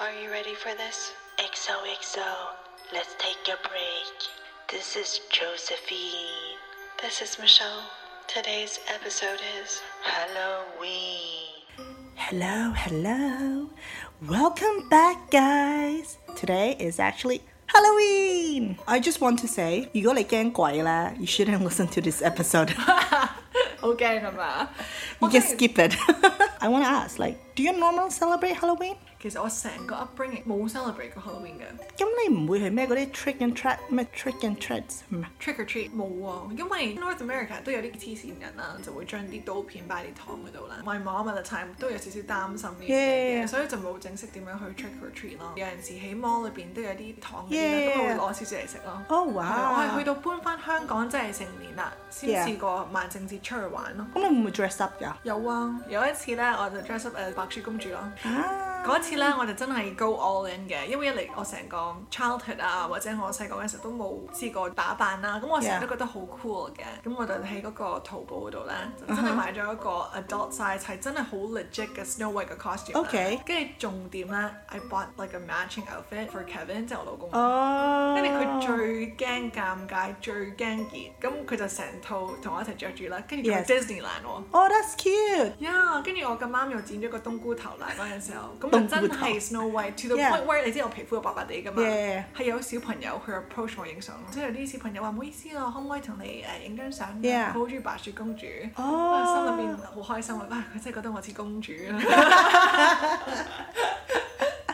Are you ready for this? XOXO, let's take a break. This is Josephine. This is Michelle. Today's episode is Halloween. Hello, hello. Welcome back, guys. Today is actually Halloween. I just want to say, 如果你驚鬼咧，you shouldn't listen to this episode. 好驚係嘛？ you 我 can 真係 skip it. I want to ask, like, do you normally celebrate Halloween? 其實我成個 upbringing 冇 celebrate 過 Halloween 嘅咁你唔會係咩嗰啲 trick and treat 咩 trick and treats 唔係 trick or treat 冇喎，因為 North America 都有啲黐線人啦，就會將啲刀片擺啲糖嗰度啦。My mom at the time 都有少少擔心呢樣嘢 Yeah. 嘅，所以就冇正式點樣去 trick or treat 咯。有陣時喺 mall 裏邊都有啲糖嗰啲啦，咁我 Yeah. 會攞少少嚟食咯。 Oh, wow. 係啊我係去到搬翻香港即係成年啦，先 Yeah. 試過萬聖節出去玩咯。咁你會唔會 dress up 㗎？有啊，有一次咧，我就 dress up as 白雪公主咯。啊嗰次咧，我就真係 go all in 嘅，因為一嚟我成個 childhood 啊，或者我細個嘅時候都冇試過打扮啦，咁我成 Yeah. 日都覺得好 cool 嘅，咁我就喺嗰個淘寶嗰度咧，就 Uh-huh 真係買咗一個 adult size 係真係好 legit 嘅 Snow White 嘅 costume 啦。 Okay. 跟住重點咧，I bought like a matching outfit for Kevin，即係我老公。哦，跟住佢最驚尷尬，最驚熱，咁佢就成套同我一齊着住啦，跟住仲 Yes. Disneyland 喎。 Oh, that's cute. 呀，跟住我咁啱又剪咗個冬菇頭啦嗰陣時候，咁冬就菇真頭係 Snow White to the Yeah. point where 你知我皮膚又白白地噶嘛， Yeah. 係有小朋友去 approach 我影相，即係有啲小朋友話唔好意思啊，可唔可以同你誒影張相㗎 Yeah. 佢好中意白雪公主，哦我心裏邊好開心啊！哇佢真係覺得我似 公主啊！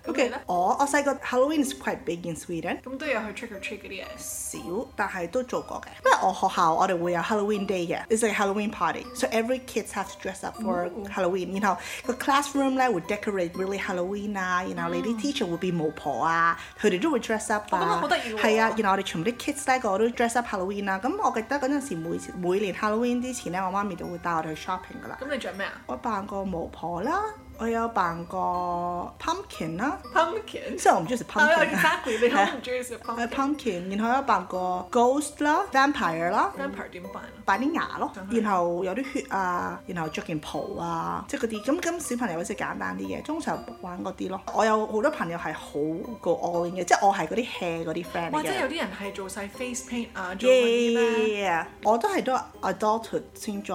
OK，我我細個 Halloween is quite big in Sweden。咁都有去 trick or treat 嗰啲嘢，少，但係都做過嘅。因為我學校我哋會有 Halloween day 嘅，it's like Halloween party，so every kids have to dress up for Mm Halloween。然後個 classroom 咧會 decorate really Halloween 啊，然後你啲 teacher 會變巫婆啊，佢哋都會 dress up 啊。Mm 覺得好得意喎係啊，然後我哋全部啲 kids 咧個個都 dress up Halloween 啊啦。咁我記得嗰陣時每次每年 Halloween 之前咧，我媽咪都會帶我哋去 shopping 噶啦。咁你着咩啊我扮過巫婆啦，我有扮過 pumpkin 啦， ？Pumpkin，雖然我唔中意食係 pumpkin 啊。 exactly，你好唔中意食係 pumpkin？ pumpkin，然後有扮過 ghost 啦、vampire 啦，燈牌點辦啊？扮啲牙咯，嗯然後有啲血啊，然後着件袍啊，即係嗰啲咁咁小朋友嗰啲簡單啲嘅，通常玩嗰啲咯。我有好多朋友係好 go all in 嘅，即係我係嗰啲 hea 嗰啲 friend 嚟哇！即係有嘅。啲人係做晒 face paint 啊，做嗰啲咩？ Yeah，我都係都 adulthood 先再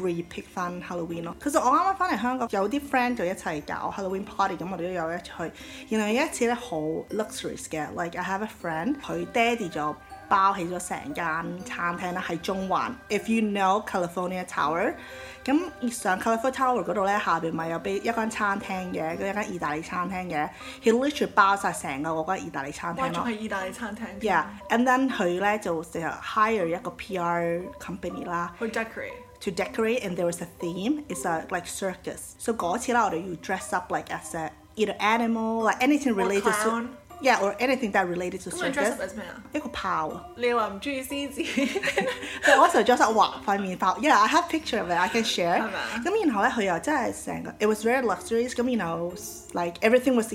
repick 翻 Halloween 咯。其實我啱啱翻嚟香港，有啲 friend 就一齊搞 Halloween party，咁我哋都有一齊去。然後有一次咧好 luxurious 嘅，like I have a friend，佢爹哋就包起咗成間餐廳啦，喺中環。If you know California Tower，咁上 California Tower 嗰度咧，下邊咪有俾一間餐廳嘅，嗰一間意大利餐廳嘅，he literally 包晒成個嗰間意大利餐哇！廳仲咯係。意大利餐廳添 Yeah，and then 佢咧就成日 hire 一個 PR company 啦去 decorate。 ，to decorate，and there was a theme，it's a like circus。So 嗰次啦，我哋要 dress up like as a either animal like anything Or related to clown. yeah，or anything that related to 咁你 dress circus up。as 咩啊？一個炮啊！你話唔中意獅 子，但係我嗰時候 dress up 畫塊面包，yeah I have picture of it I can share 係咪啊。咁然後咧佢又真係成個，it was very luxurious。咁然後 like everything was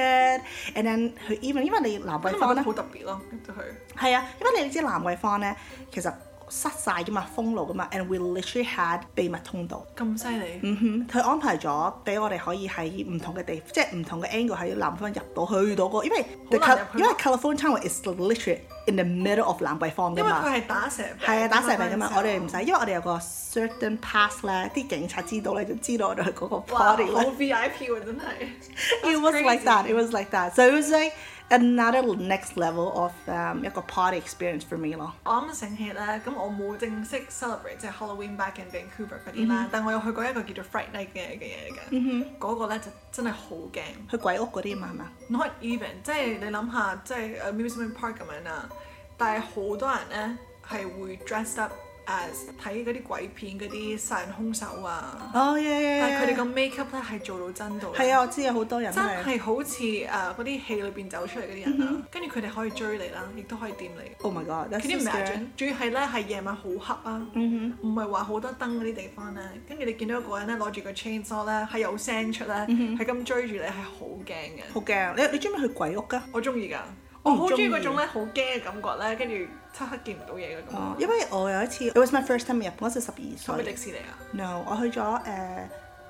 included，and then 佢 even 因為你蘭桂咁咪坊覺咧得。好特別咯，對佢。係啊，因為你知蘭桂坊咧，其實塞晒噶嘛，封路噶嘛，and we literally had 秘密通道。咁犀利，嗯哼，佢安排咗俾我哋可以喺唔同嘅地，即係唔同嘅 angle 喺蘭桂坊入到去到個，因為 the 好難 Cal- 入去因為 California Tower is literally in the middle of 蘭桂坊噶因為嘛佢。係打蛇餅。係啊，打蛇餅㗎嘛，我哋唔嗰使，因為我哋有個 certain pass 咧，啲警察知道咧就知道我哋去嗰個陣時候。哇！ party 好咧。 V I P 喎，真係。 It was like crazy that. It was like that. So it was like another next level of um, 一個 party experience for me 咯。我啱啱醒起咧，咁我冇正式 celebrate 即係 Halloween back in Vancouver 嗰啲嗯啦，但我有去過一個叫做 Fright Night 嘅嘅嘢嘅，嗰個咧就真係好驚。去鬼屋嗰啲嘛係嘛？ Not even，即係你諗下，即係呃 amusement park 咁樣啦，但係好多人咧係會 dress up as 睇嗰啲鬼片嗰啲殺人兇手啊，哦耶耶！但係佢哋個 makeup 咧係做到真到，係啊，，我知有好多人真係。係嗯好似誒嗰啲戲裏邊走出嚟嗰啲人啦，跟住佢哋可以追你啦，亦都可以掂你。 Oh my god！ Can you imagine？仲要係咧係夜晚好黑啊，唔係話好多燈嗰啲地方咧，跟住你見到一個人咧攞住個 chainsaw 咧係有聲出咧，係咁追住你係好驚嘅。好驚！你你中唔中意去鬼屋㗎？我中意㗎，我唔我哦好中意鍾意嗰種咧好驚嘅感覺咧，跟住漆黑見唔到嘢嗰種。哦，因為我有一次，it was my first time 入嗰陣十二咁去歲迪。士尼啊？ No，我去咗誒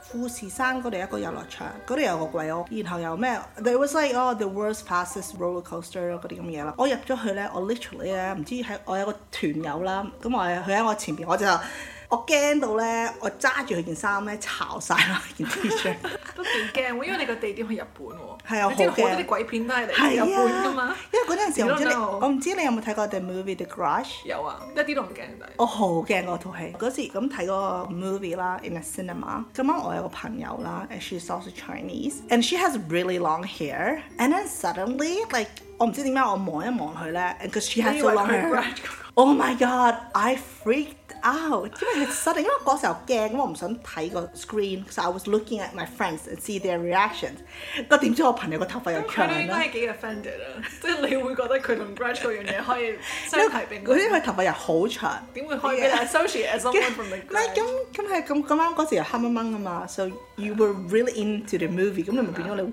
富士山嗰度有一個遊樂場，嗰度有個鬼屋，然後有咩？There was like oh the world's fastest roller coaster 嗰啲咁嘢啦。我入咗去咧，我 literally 咧唔知喺我有個團友啦，咁我係佢喺我前邊，我就我驚到咧，我揸住佢件衫咧炒晒啦件 T-shirt。都幾驚喎，因為你個地點係日本喎。係啊你知道好驚好多啲鬼片都係嚟係日本噶啊嘛。，因為嗰陣時我唔知你， You don't know 我唔知你有冇睇過 the movie The Garage。有啊，一啲都唔驚，但係我好驚嗰套戲，嗰次咁睇個 movie 啦，in a cinema。咁啱我有個朋友啦，and she's also Chinese，and she has really long hair，and then suddenly like 我唔知點解我望一望佢咧，because she 你 has 以 so 為 long 佢 hair。 grad 嗰 Oh my god！I freaked out，因為佢 sudden，因為嗰時候驚，咁我唔想睇個 screen，so I was looking at my friends and see their reactions。個點知我啊朋友個頭髮個又佢長都應啦該。係幾 offended 啊， 即係你會覺得佢同 grad 嗰樣嘢可以相提並因為佢論。佢頭髮又好長，點會可以俾你 associate as 唔 someone from the 係 grad？咁咁係咁咁啱嗰時又黑掹掹啊嘛，so you were really into the movie，咁你咪變咗你好驚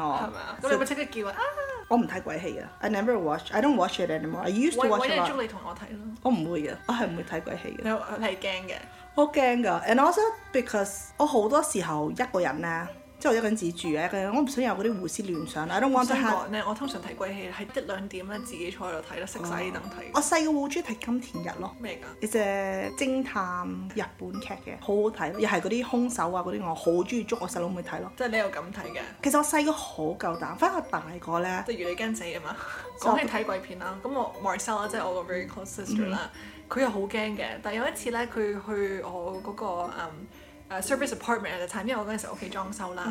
啊係咯咪啊？。咁你 So- 咪即刻叫啊！我唔睇鬼戲嘅，I never watch, I don't watch it anymore. I used to 揾 watch 揾 it. 日 a 捉 lot 你同我睇啦。我唔會嘅，我係唔會睇鬼戲嘅你。係驚嘅，我驚㗎，and also because 我好多時候一個人咧，即係我一個人自住咧，我唔想有嗰啲胡思亂想。I 啊 don't 我 want to 想 have 講咧，我通常睇鬼戲係一兩點咧，自己坐喺度睇啦，熄晒啲燈我睇。細個好中意睇金田日咯。咩㗎？一隻偵探日本劇嘅，好好睇，又係嗰啲兇手啊嗰啲，我好中意捉我細佬妹睇咯。即係你又咁睇嘅，其實我細個好夠膽，反而我大個咧， 即係如你驚死啊嘛！就講起睇鬼片啦，咁我 Marcel 啦，即係我個 very close sister 啦，佢又好驚嘅。但係有一次咧，佢去我嗰個嗯誒 service apartment at the time，因為我嗰陣時屋企裝修啦，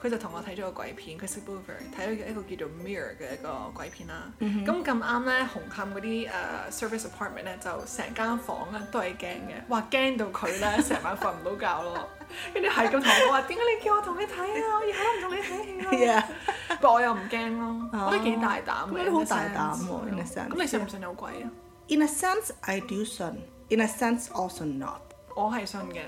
佢就同我睇咗個鬼片，佢 sleep over 睇咗一個叫做 Mirror 嘅一個鬼片啦。咁咁啱咧，紅磡嗰啲誒 service apartment 咧，就成間房咧都係驚嘅，哇驚到佢咧成晚瞓唔到覺咯。跟住係咁同我話：點解你叫我同你睇啊？我以後都唔同你睇戲啊啦。 Yeah 不過我又唔驚咯，我覺得幾大膽咁嘅。你好大 in a 膽 sense 喎 in a sense 咁你信唔信有鬼啊？ In a sense, I do 信。In a sense, also not。我係信嘅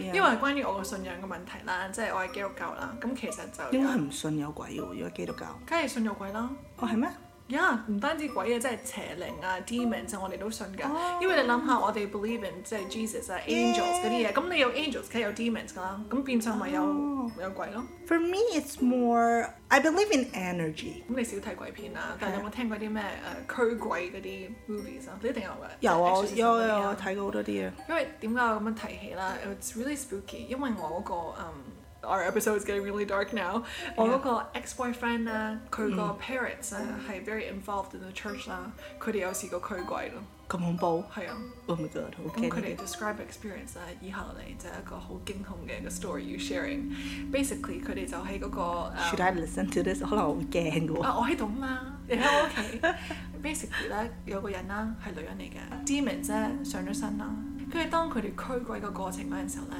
Yeah 因為關於我個信仰嘅問題啦，即係我係基督教啦。咁其實就應該有係唔信有鬼嘅喎，如果基督教。梗係信有鬼啦。哦，係咩？呀，唔單止鬼啊，即係邪靈啊、demon 就我哋都信㗎。因為你諗下，我哋 believe in 即係 Jesus 啊、angels 嗰啲嘢，咁你有 angels 梗係有 demons 㗎啦。咁變相咪有有鬼咯。 For me, it's more. I believe in energy。咁你少睇鬼片啊，但係有冇聽過啲咩誒驅鬼嗰啲 movies 啊？你一定有㗎。有啊，我 Exorcism 有嗰啲有有啊睇過好多啲嘢。因為點解我咁樣提起啦？It's really spooky，因為我嗰、個嗯 Our episode is getting really dark now。我嗰個 ex boyfriend 咧，佢個 parents 咧係 very involved in the church 啦，佢哋有試過驅鬼咯，咁恐怖係啊。 ！Oh my god，好咁佢驚哋。describe experience 咧，以下嚟就係一個好驚恐嘅一個 story you sharing。Basically，佢哋就喺嗰、個、嗯 Should I listen to this？可能我會驚嘅喎。啊，我喺度嘛，你喺我屋企。Basically 咧，有個人啦，係女人嚟嘅，demon 啫上咗身啦。跟住當佢哋驅鬼嘅過程嗰陣時候咧，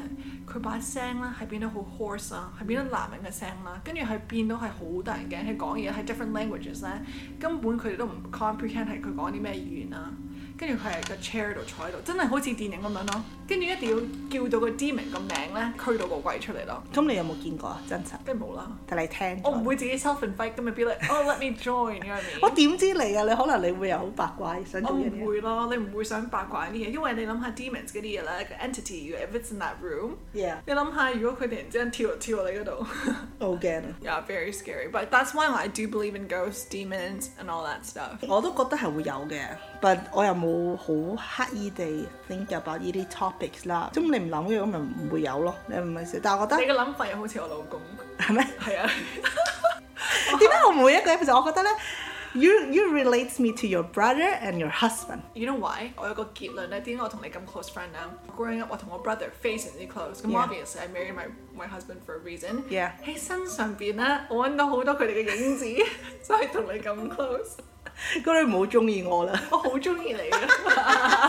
佢把聲咧係變得好 hoarse 啦，係變得男人嘅聲啦，跟住係變到係好得人驚，係講嘢係 different languages 咧，根本佢哋都唔 comprehend 係佢講啲咩語言啦。跟住佢係個 chair 度坐喺度，真係好似電影咁樣咯。跟住一定要叫到個 demon 個名咧，驅到個鬼出嚟咯。咁你有冇見過啊？真實？跟住冇啦，但你聽過我唔。會自己 self invite 咁咪 be like oh let me join，你 I mean？我點知你啊？你可能你會又好八卦，想我做呢啲唔嘢。會咯，你唔會想八卦呢啲嘢，因為你諗下 demons 嗰啲嘢咧，個 entity，if it's in that room， Yeah，你諗下如果佢突然之間跳跳落你嗰度我好驚啊！ ，yeah very scary。But that's why I do believe in ghosts, demons and all that stuff。我都覺得係會有嘅，but 我又冇好刻意地 think about 呢啲 topics 啦。咁你唔諗嘅，咁咪唔會有咯。你明唔明先？但係我覺你 得嘅諗法又好似我老公，係咩？係啊，點解我每一個 episode 我覺得咧，you you relates me to your brother and your husband。 you know why？我有個結論咧，點解我同你咁 close friend 啊？Growing up，我同我 brother 非常之 close。咁 Yeah obviously I married my my husband for a reason。 Yeah 喺身上邊咧，我揾到好多佢哋嘅影子， 所以同你咁 close。咁你唔好中意我 啦。我好中意你啊嘅。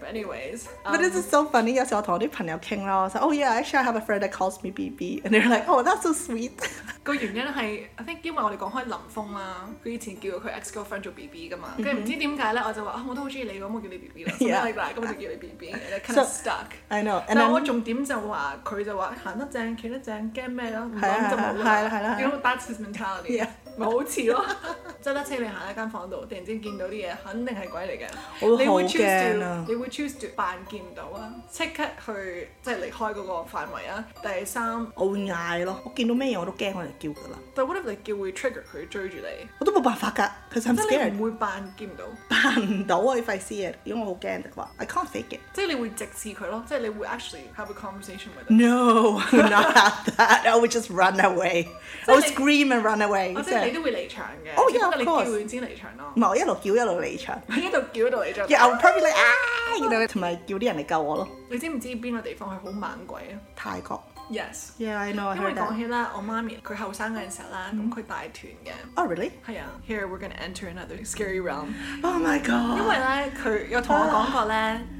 But anyways， But this is so funny。有時 我同我啲朋友傾啦，我話 Oh yeah，actually I have a friend that calls me BB，and they're like Oh that's so sweet。 個原因係，I think 因為我哋講開林峰啦，佢以前叫佢 ex girlfriend 做 B B 噶嘛，跟住唔知點解咧，我就話啊我都好中意你咁，我叫你 B B 啦，咁 Yeah. 咁我就叫你 B B，你 kind of So- stuck。 I know，但 and 係我 then- 重點就話佢就話行得正企得正，驚咩咯？唔係啊講就冇係啊係啊係啊 You know that's his mentality，à, Yeah 咪好似咯， 即係得車你行喺間房度，突然之間見到啲嘢，肯定係鬼嚟我嘅。會你會好 choose 驚啊 to，你會 choose to 扮見唔到啊，即刻去即係離開嗰個範圍啊。第三我會嗌咯，我見到咩嘢我都驚，我就叫噶啦， ，but what if 你叫會 trigger 佢追住你？我都冇辦法㗎，其實 I'm 即係你 scared，唔會扮見唔到，扮唔到啊，你費事啊，因為我好驚嘅話，I can't fake it。即係你會直視佢咯，即係你會 actually have a conversation with him。 No, I'm not like that. I would just run away. I would 即係你- scream and run away. 或即者你係都會離場嘅， Oh, 只不 yeah, 過 of 你叫 course Mm。完先離場咯唔。係我一路叫一路離場。喺度叫到 離場。 Yeah, I would probably like "Ah," 啊，然後同埋叫啲人嚟救我咯。你知唔知邊個地方係好猛鬼啊泰國。 ？Yes， Yeah, I know. I 因為 heard 講 that. 嗯起啦，我媽咪佢後生嗰陣時候啦，咁佢大團嘅， Oh, really? 係啊，Here we're gonna enter another scary realm。 Oh my 因 god. 為咧，佢有同我講過咧，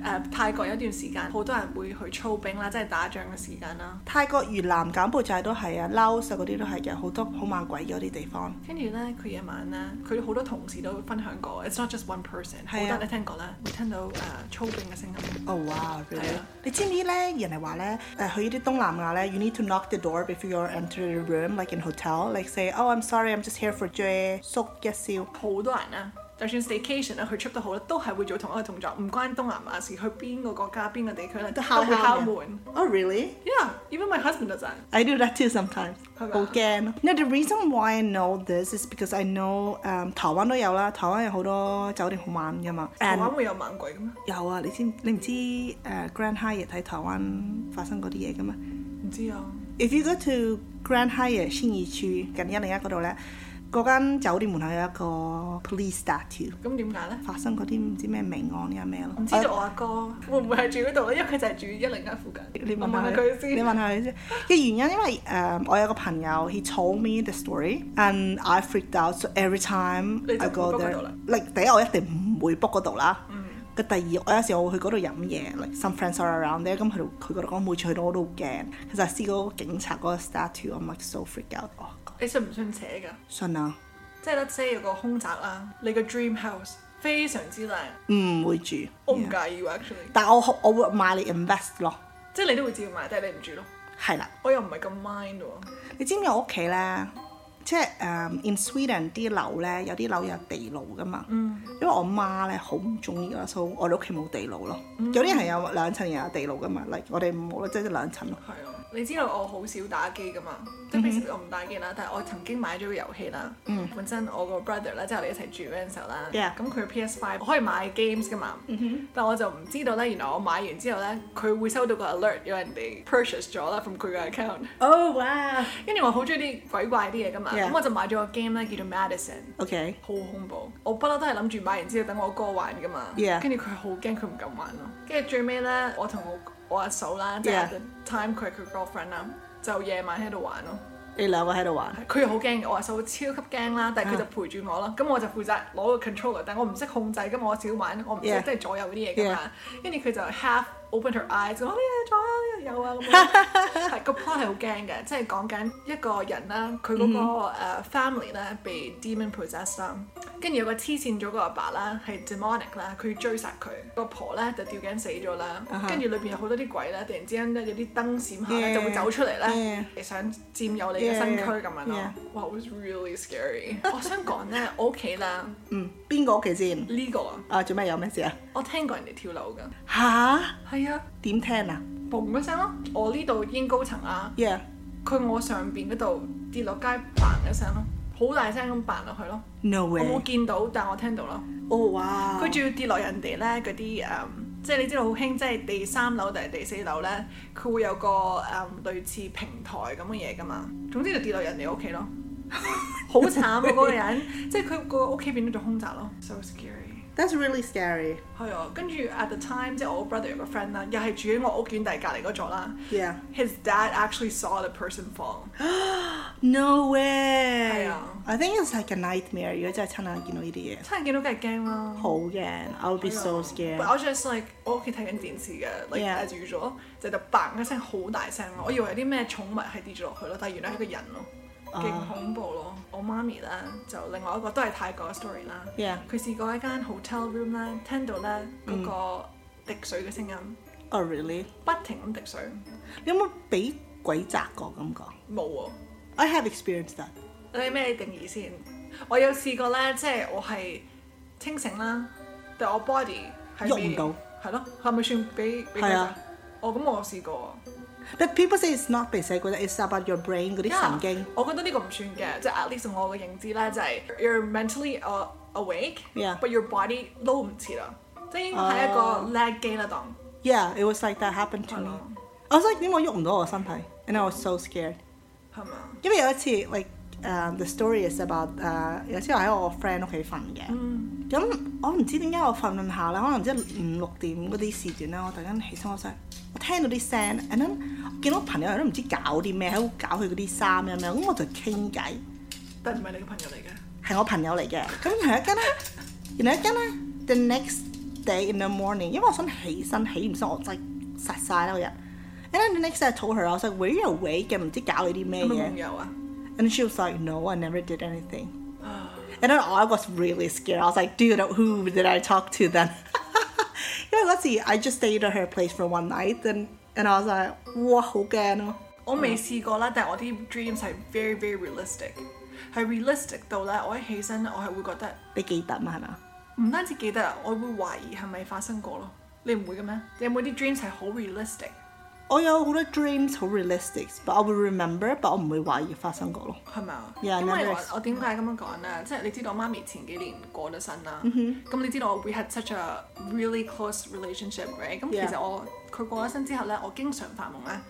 啊誒泰國有一段時間好多人會去操兵啦，即係打仗嘅時間啦。泰國、越南、柬埔寨都係啊，拉薩嗰啲都係嘅，好多好猛鬼嗰啲地方。跟住咧，佢夜晚咧，佢好多同事都分享過，it's not just one person，好係啊多人都聽過啦，會聽到誒操兵嘅聲音。 Oh wow, really? 係啊你知唔知咧？人哋話咧，誒去呢啲東南亞咧，you need to knock the door before you enter the room, like in hotel, like say, oh, I'm sorry, I'm just here for j 宿一宵。好多人啊，就算 staycation 啊，佢 trip 都好啦，都係會做同一個動作，唔關東南亞事，去邊個國家邊個地區咧，都敲會門敲門。 Oh, really? Yeah，even my husband does that。 I do that too sometimes. 係咪啊？好驚。No, the reason why I know this is because I know 誒、台灣都有啦，台灣有好多酒店好晚噶嘛。台 And 灣會有猛鬼嘅咩？有啊，你知唔你唔知誒、Grand Hyatt 喺台灣發生嗰啲嘢噶嘛唔知啊。 ？If you go to Grand Hyatt 先二處近一零一嗰度咧，嗰間酒店門口有一個 police statue，咁點解咧？發生嗰啲唔知咩命案定係咩咯？唔知道我阿哥會唔會係住嗰度咧？因為佢就係住一零一附近。你我問問下下佢佢先。你先。問下佢先嘅原因，因為誒、我有個朋友，he told me the story and I freaked out. So every time 你就 I go 唔會 book there，嗰度啦 like, 第一我一定唔會 book 嗰度啦。嘅第二，我有時我會去嗰度飲嘢，like some friends are around there，咁佢度佢嗰度講每次去到我都好驚。其實試過警察嗰個 statue，I'm like so freaked out。哦，你信唔信邪㗎？信啊，即係 let's say 有個空宅啦，你個 dream house 非常之靚，唔會住。我唔 Yeah 介意喎 actually。但我我會買嚟 invest 咯，即係你都會照買，但係你唔住咯。係啦。我又唔係咁 mind 喎。你知唔知我屋企咧，即係誒、um, in Sweden 啲樓咧，有啲樓有地牢噶嘛。因為我媽咧好唔中意啦，所以我哋屋企冇地牢咯。有啲人係有兩層又有地牢噶嘛，例如我哋冇啦，即係兩層咯。係啊，你知道我好少打機噶嘛，嗯即係平時我唔打機啦，但係我曾經買咗個遊戲啦。本身我個 brother 啦，即係我哋一齊住嗰陣時候啦， Yeah 嗯咁佢 PS Five 可以買 games 噶嘛，但我就唔知道咧，原來我買完之後咧，佢會收到個 alert 有人哋 purchase 咗啦，from 佢嘅 account。哦，哇跟住我好中意啲鬼怪啲嘢噶嘛，咁 Yeah 我就買咗個 game 咧，叫做 Madison。 ！OK，好恐怖！我不嬲都係諗住買完之後等我哥玩噶嘛 Yeah 跟住佢好驚，佢唔敢玩咯。跟住最尾咧，我同我我阿嫂啦，即係 Yeah at the time 佢係佢 girlfriend 啦，就夜晚喺度玩咯。你兩個喺度玩，佢又好驚嘅，我阿嫂超級驚啦，但係佢就啊陪住我咯。咁我就負責攞個 controller，但係我唔識控制噶嘛，我少玩，我唔識 Yeah 即係左右嗰啲嘢噶嘛。跟住佢就 half open her eyes，我呢左右呢 右啊咁樣。係個 plot 係好驚嘅，即係講緊一個人啦，佢嗰嗯個誒 family 咧被 demon possessed 啦，跟住有個黐線咗個阿爸啦，係 demonic 啦，佢要追殺佢，個婆咧就吊頸死咗啦，跟住裏邊有好多啲鬼咧，突然之間咧有啲燈閃下咧啊 Yeah，就會走出嚟咧 yeah，你想佔有你嘅身軀咁樣咯 Yeah，yeah，yeah。哇，it was really scary！我 想講咧，我屋企啦嗯，邊個屋企先？呢個啊，啊，做咩有咩事啊？我聽過人哋跳樓㗎，吓？係啊，點聽啊嘣一聲咯，我呢度已經高層啦。 ？Yeah，佢我上邊嗰度跌落街，嘭一聲咯，好大聲咁嘭落去咯。 No 我 way 冇見到，但我聽到咯。哦，哇！佢仲要跌落人哋咧嗰啲誒，即係你知道好興，即係第三樓定係第四樓咧，佢會有個誒、嗯、類似平台咁嘅嘢噶嘛。總之就跌落人哋屋企咯，好慘啊！嗰個人，即係佢個屋企變咗做空宅咯，so scary。 That's really scary。係啊，跟住 at the time 即係我 brother 有個 friend 啦，又係住喺我屋苑，但係隔離嗰座啦。 Yeah。 His dad actually saw the person fall。 No way 係啊 I think it's like a nightmare。如果真係親眼見到呢啲嘢。真係見到梗係驚啦。好驚，I would be so scared But。I was just like 我屋企睇緊電視嘅，like Yeah. as usual，就就砰一聲好大聲咯，我以為有啲咩寵物係跌咗落去咯，但係原來係個人咯。Oh 勁恐怖咯！我媽咪咧就另外一個都係泰國嘅 story 啦。 Yeah 佢試過一間 hotel room 咧，聽到咧嗰個滴水嘅聲音， Oh really？不停咁滴水，你有冇俾鬼砸過感覺冇喎。 ？I have experienced that。你咩定義先？我有試過咧，即係我係清醒啦，但我 body 係喐唔被到，係咯，係咪算俾俾係啊？我咁我試過 But people say it's not 被寫嗰啲，it's about your brain 嗰啲神經。我覺得呢個唔算嘅，即係 at least 我嘅認知咧就係 you're mentally uh, Yeah. 哦 awake，but your body low 唔切啦，即係應該係一個 lag 機啦，當 Yeah，it was like that happened to 係 me 咯。 I was like 點解我喐唔到我身體？And I was so scared。係咪啊？因為有一次，like 誒、the story is about 誒、有一次我喺我 friend 屋企瞓嘅，咁、我唔知點解我瞓瞓下咧，可能即係五六點嗰啲時段咧，我突然間起身，我想我聽到啲聲，and then 我見到朋友都唔知搞啲咩，喺度搞佢嗰啲衫咁樣，咁我就傾偈，但唔係你嘅朋友嚟嘅，係我朋友嚟嘅，咁係一間咧，原來一間咧，the next day in the morning，因為我想起身，起唔身我真係實晒啦個人，and then the next day I told her，我話 were you awake 嘅，唔知搞你啲咩係咪嘢夢。遊啊？ And she was like, No, I never did anything. And then I was really scared. I was like, Dude, who did I talk to then? you know, let's see. I just stayed at her place for one night, and and I was like, Wow, 好驚咯。我未試過啦，但係我啲 dreams 係 very very realistic，係 realistic 到咧，我一起身我係會覺得你記得嘛，係咪？唔單止記得啊，我會懷疑係咪發生過咯。你唔會嘅咩？你有冇啲 dreams 係好 realistic？我有好多 dreams 好 realistic，but I will remember，but 我唔會懷疑發生過咯。係咪啊 Yeah, 因為 never 我我點解咁樣講咧？即係你知道我媽咪前幾年過咗身嗯啦，咁、你知道我 we had such a really close relationship，right？咁 Yeah. 其實我佢過咗身之後咧，我經常發夢咧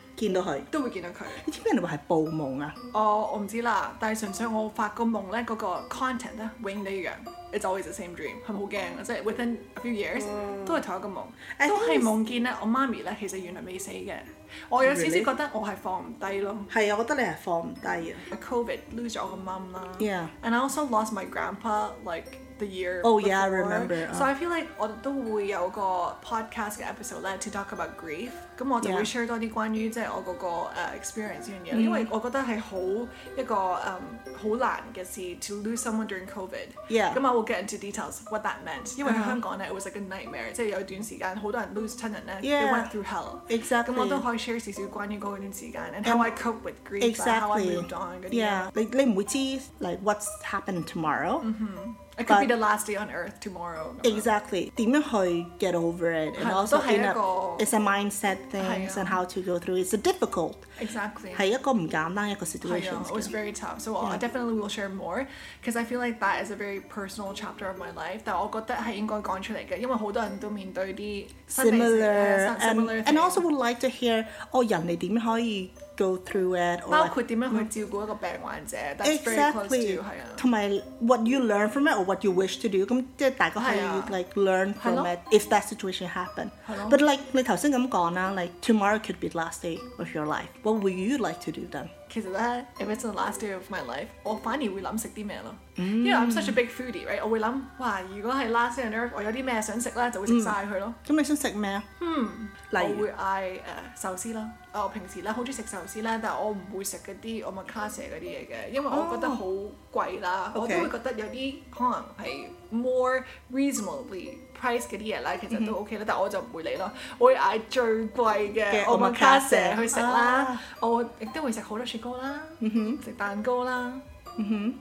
都會見到見到佢。佢。你知唔知人哋話係報夢啊？哦我我唔知啦，但係純粹我發個夢咧，嗰、個 content 咧永遠都一樣，it's always the same dream，係咪好驚啊？即係 within a few years、都係同一個夢，嗯 I 都 think 係夢見咧我媽咪咧其實原來未死嘅，我有少少 Oh, Really？覺得我係放唔低咯。COVID lose 咗我個 mum 啦 Yeah. ，and I also lost my grandpa like the year Oh, yeah, I before. remember. uh. So I feel like 我都會有個 podcast 嘅 episode 咧 to talk about grief，咁我就 Yeah. Mm-hmm. 會 share 多啲關於即係我嗰個誒 uh, experience 呢樣嘢，因為我覺得係好一個誒好難嘅事 to lose someone during COVID。 Yeah. Uh-huh. 咁我 get into details what that meant，因為喺香港咧 it was like a nightmare，即係有一段時間好多人 lose 親人咧 Yeah. ，they went through hell。 Exactly. 咁我都可以 share 少少關於嗰段時間 and how I cope with grief。how I Exactly. moved on 嗰啲啊 Yeah. 你-你唔會知 like what's happening tomorrow。 It could be But- the last day on earth tomorrow 咁樣。 Exactly. 點樣去 get over it and 係， also 都係一 in a, 個- it's a mindset things 係啊。 and how to go through it's a difficult Exactly. 係一個唔簡單一個係 situation 啊，it was very tough. So I Yeah. definitely will share more because I feel like that is a very personal chapter of my life. 但我覺得係應該講出嚟嘅，因為好多人都面對啲新嘅事 similar 係啊 and, and similar thing also would like to hear oh 人哋點可以 go through it or 包 like, mm. 括點樣去照顧一個病患者。That's very close exactly to 係啊。同埋 what you learn from it or what you wish to do 咁即係大家可以係啊。 like learn from 係咯。 it if that situation happened 係咯。 but like 你頭先咁講啦 like tomorrow could be the last day of your life what would you like to do then 其實咧，if it's the last day of my life，我 oh, 反而會諗食啲咩咯。Mm. 因為 I'm such a big Oh, foodie，right？我會諗，哇！如果係 last day on earth，我有啲 oh, 咩想食咧，Mm. 就會食晒佢咯。咁你想食咩啊？例如？我會嗌誒、壽司啦。啊我平時咧好中意食壽司啦，但係我唔會食嗰啲我 omakase 嗰啲嘢嘅，因為我覺得好貴啦。我都哦 OK 會覺得有啲可能係 more reasonably price 嗰啲嘢啦，其嗯實都 OK 啦。但係我就唔會理咯，我會嗌最貴嘅嘅 omakase omakase 去食啦啊。嗯我亦都會食好多雪糕啦，食蛋糕啦。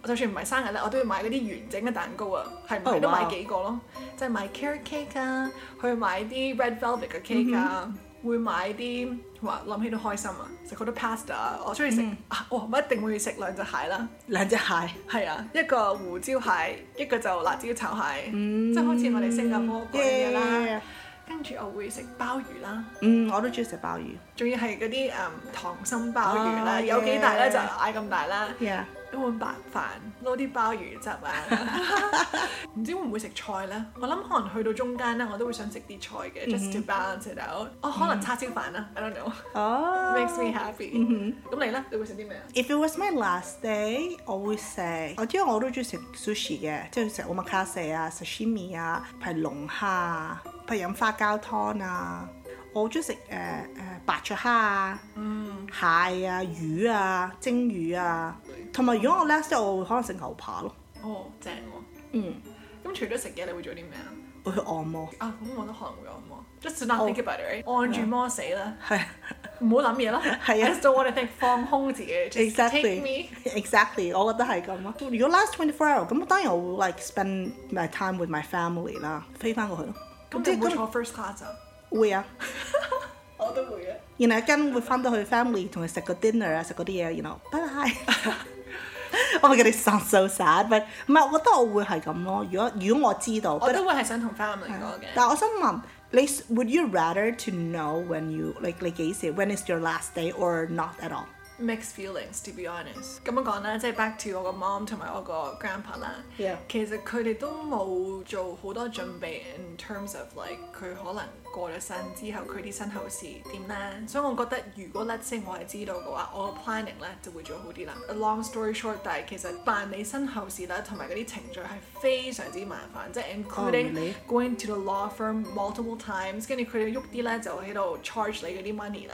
就算唔係生日咧，我都要買嗰啲完整嘅蛋糕啊，係唔 Oh, 係都買 wow. 幾個咯？即係買 carrot cake 啊，去買啲 red velvet 嗯嘅 cake 啊，會買啲哇諗起都開心啊，食好多 pasta 啊，我中意食嗯啊，哇我一定會食兩隻蟹啦，兩隻蟹。係啊，一個胡椒蟹，一個就辣椒炒蟹，嗯即係好似我哋新加坡嗰樣嘢 Yeah. 啦。跟住我會食鮑魚啦，嗯，我都中意食鮑魚。仲要係嗰啲誒嗯溏心鮑魚啦， Oh, 有幾大咧 yeah. 就嗌咁大啦。 Yeah，一碗白飯，撈啲鮑魚汁 啊！唔知會唔會食菜呢？我諗可能去到中間呢，我都會想食啲菜嘅，just to balance it out。哦，可能叉燒飯啦，I don't know。哦 Makes me happy。咁你呢？你會食啲咩啊？ If it was my last day，我會食，我知道我都中意食 sushi 嘅，即係食 omakase 啊、sashimi 啊，譬如龍蝦啊，譬如飲花膠湯啊。我好中意食誒誒白灼蝦啊、蟹啊、魚啊、蒸魚啊，同埋如果我 last day 我會可能食牛扒咯。哦，正喎。嗯，咁除咗食嘢，你會做啲咩啊？會去按摩，啊，咁我都可能會按摩。Just to not think about it，right？按住摩死啦，係唔好諗嘢啦。係啊 I just don't want to think，放空自己。Just take exactly me。 exactly，我覺得係咁咯。如果 last twenty four hour 咁，當然我會 like spend my time with my family 啦，飛翻過去咯。咁即你係會今坐 first class 啊？會啊，我都會啊。然後跟會翻到去 family 同佢食個 dinner 啊，食嗰啲嘢，然後拜 拜。我咪佢哋 sound so sad，but 唔係，我覺得我會係咁咯。如果如果我知道，我 but- 都會係想同 family 講嘅。但我想問你，Would you rather to know when you like 你幾時？When is your last day or not at all？ mixed feelings to be honest。咁樣講啦，即係 back to 我個 mom 同埋我個 grandpa 啦。 Yeah. 其實佢哋都冇做好多準備，in terms of like 佢可能過咗身之後，佢啲身後事點咧？所以我覺得如果 let's say 我係知道嘅話，我個 planning 咧就會做好啲啦。A Long story short，但係其實辦理身後事啦，同埋嗰啲程序係非常之麻煩，即係 including、 really？ going to the law firm multiple times，跟住佢哋喐啲咧就喺度 charge 你嗰啲 money 咧，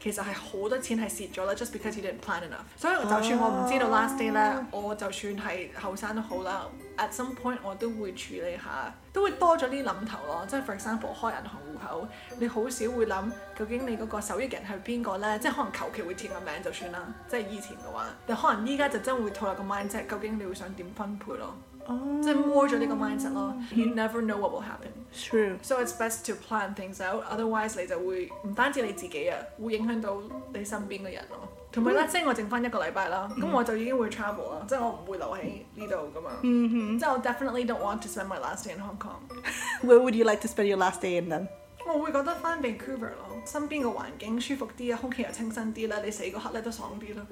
其實係好多錢係蝕咗啦，just because you didn't plan enough。所以就算我唔知道 last day 咧，我就算係後生都好啦，at some point 我都會處理下，都會多咗啲諗頭咯。即係 for example 開銀行戶口，你好少會諗究竟你嗰個受益人係邊個咧？即係可能求其會填個名就算啦。即係以前嘅話，但可能依家就真會套落個 mindset，究竟你會想點分配咯？即係 more 咗呢個 mindset 咯。You never know what will happen。 True。 So it's best to plan things out. Otherwise 你就會唔單止你自己啊，會影響到你身邊嘅人咯。同埋咧，即係我剩翻一個禮拜啦，咁我就已經會 travel 啦，即係我唔會留喺呢度噶嘛。即係我 definitely don't want to spend my last day in Hong Kong。 Where would you like to spend your last day in then？我會覺得翻 Vancouver 咯，身邊嘅環境舒服啲啊，空氣又清新啲啦，你死嗰刻咧都爽啲啦。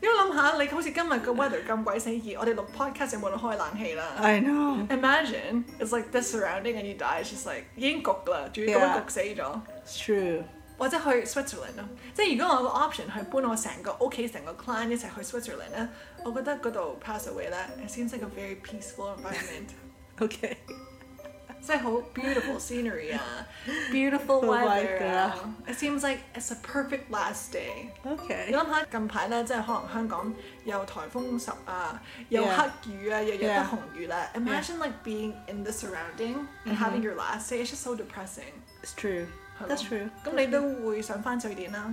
你要諗下，你好似今日個 weather 咁鬼死熱，我哋錄 podcast 有冇得開冷氣啦？ I know。 Imagine it's like this surrounding and you die. It's just like 已經焗啦，仲要咁 Yeah. 樣焗死咗。 True。或者去 Switzerland 咯，即係如果我有個 option 去搬我成個屋企成個 clan 一齊去 Switzerland Oh, 咧，我覺得嗰度 pass away 咧，it seems like a very peaceful environment， OK。即係好 beautiful scenery 啊，beautiful Oh my weather 啊，it seems like it's a perfect last day。你 OK。諗下近排咧，即係可能香港有颱風十啊，有 Yeah. 黑雨啊，日日都 Yeah. 紅雨咧。Imagine like being in the surrounding Mm-hmm. and having your last day, it's just so depressing ，It's true。係咯。 That's true。咁你都會想翻瑞典啦。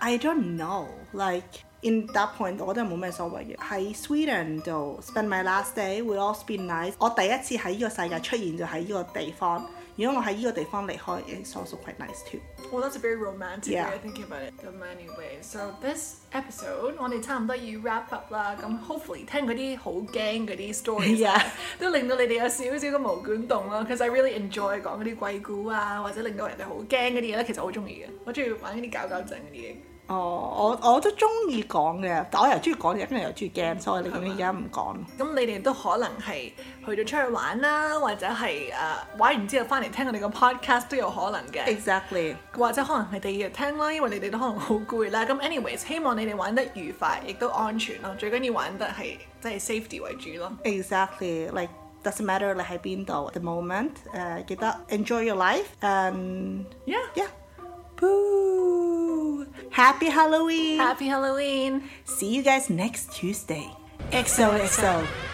I don't know. Like in that point，我覺得冇咩所謂嘅。喺 Sweden 度 oh, spend my last day will also be nice。我第一次喺呢個世界出現就喺呢個地方。如果我喺呢個地方離開，it's also quite nice too。 Well, that's a very romantic Yeah. way of thinking about it in many ways. So this episode，我哋差唔多要 wrap up 啦。咁 hopefully 聽嗰啲好驚 嗰啲 stories 啊 Yeah. 都令到你哋有少少嘅毛管動啦。Cause I really enjoy 講嗰啲鬼故啊，或者令到人哋好驚嗰啲嘢咧，其實我好中意嘅。我中意玩嗰啲搞搞震嗰啲嘢。哦，我我都中意講嘅，但我又中意講嘢，跟住又中意驚，所以你咁樣而家唔講。咁你哋都可能係去咗出去玩啦，或者係誒、呃玩完之後翻嚟聽我哋個 podcast 都有可能嘅。 Exactly。或者可能係第二日聽啦，因為你哋都可能好攰啦。咁 anyways，希望你哋玩得愉快，亦都安全咯。最緊要玩得係即係 safety 為主咯。 Exactly. Like doesn't matter 你喺邊度 at the moment. 誒、記得 enjoy your life and Yeah. yeah. Boo! Happy Halloween. Happy Halloween！ See you guys next Tuesday. XOXO.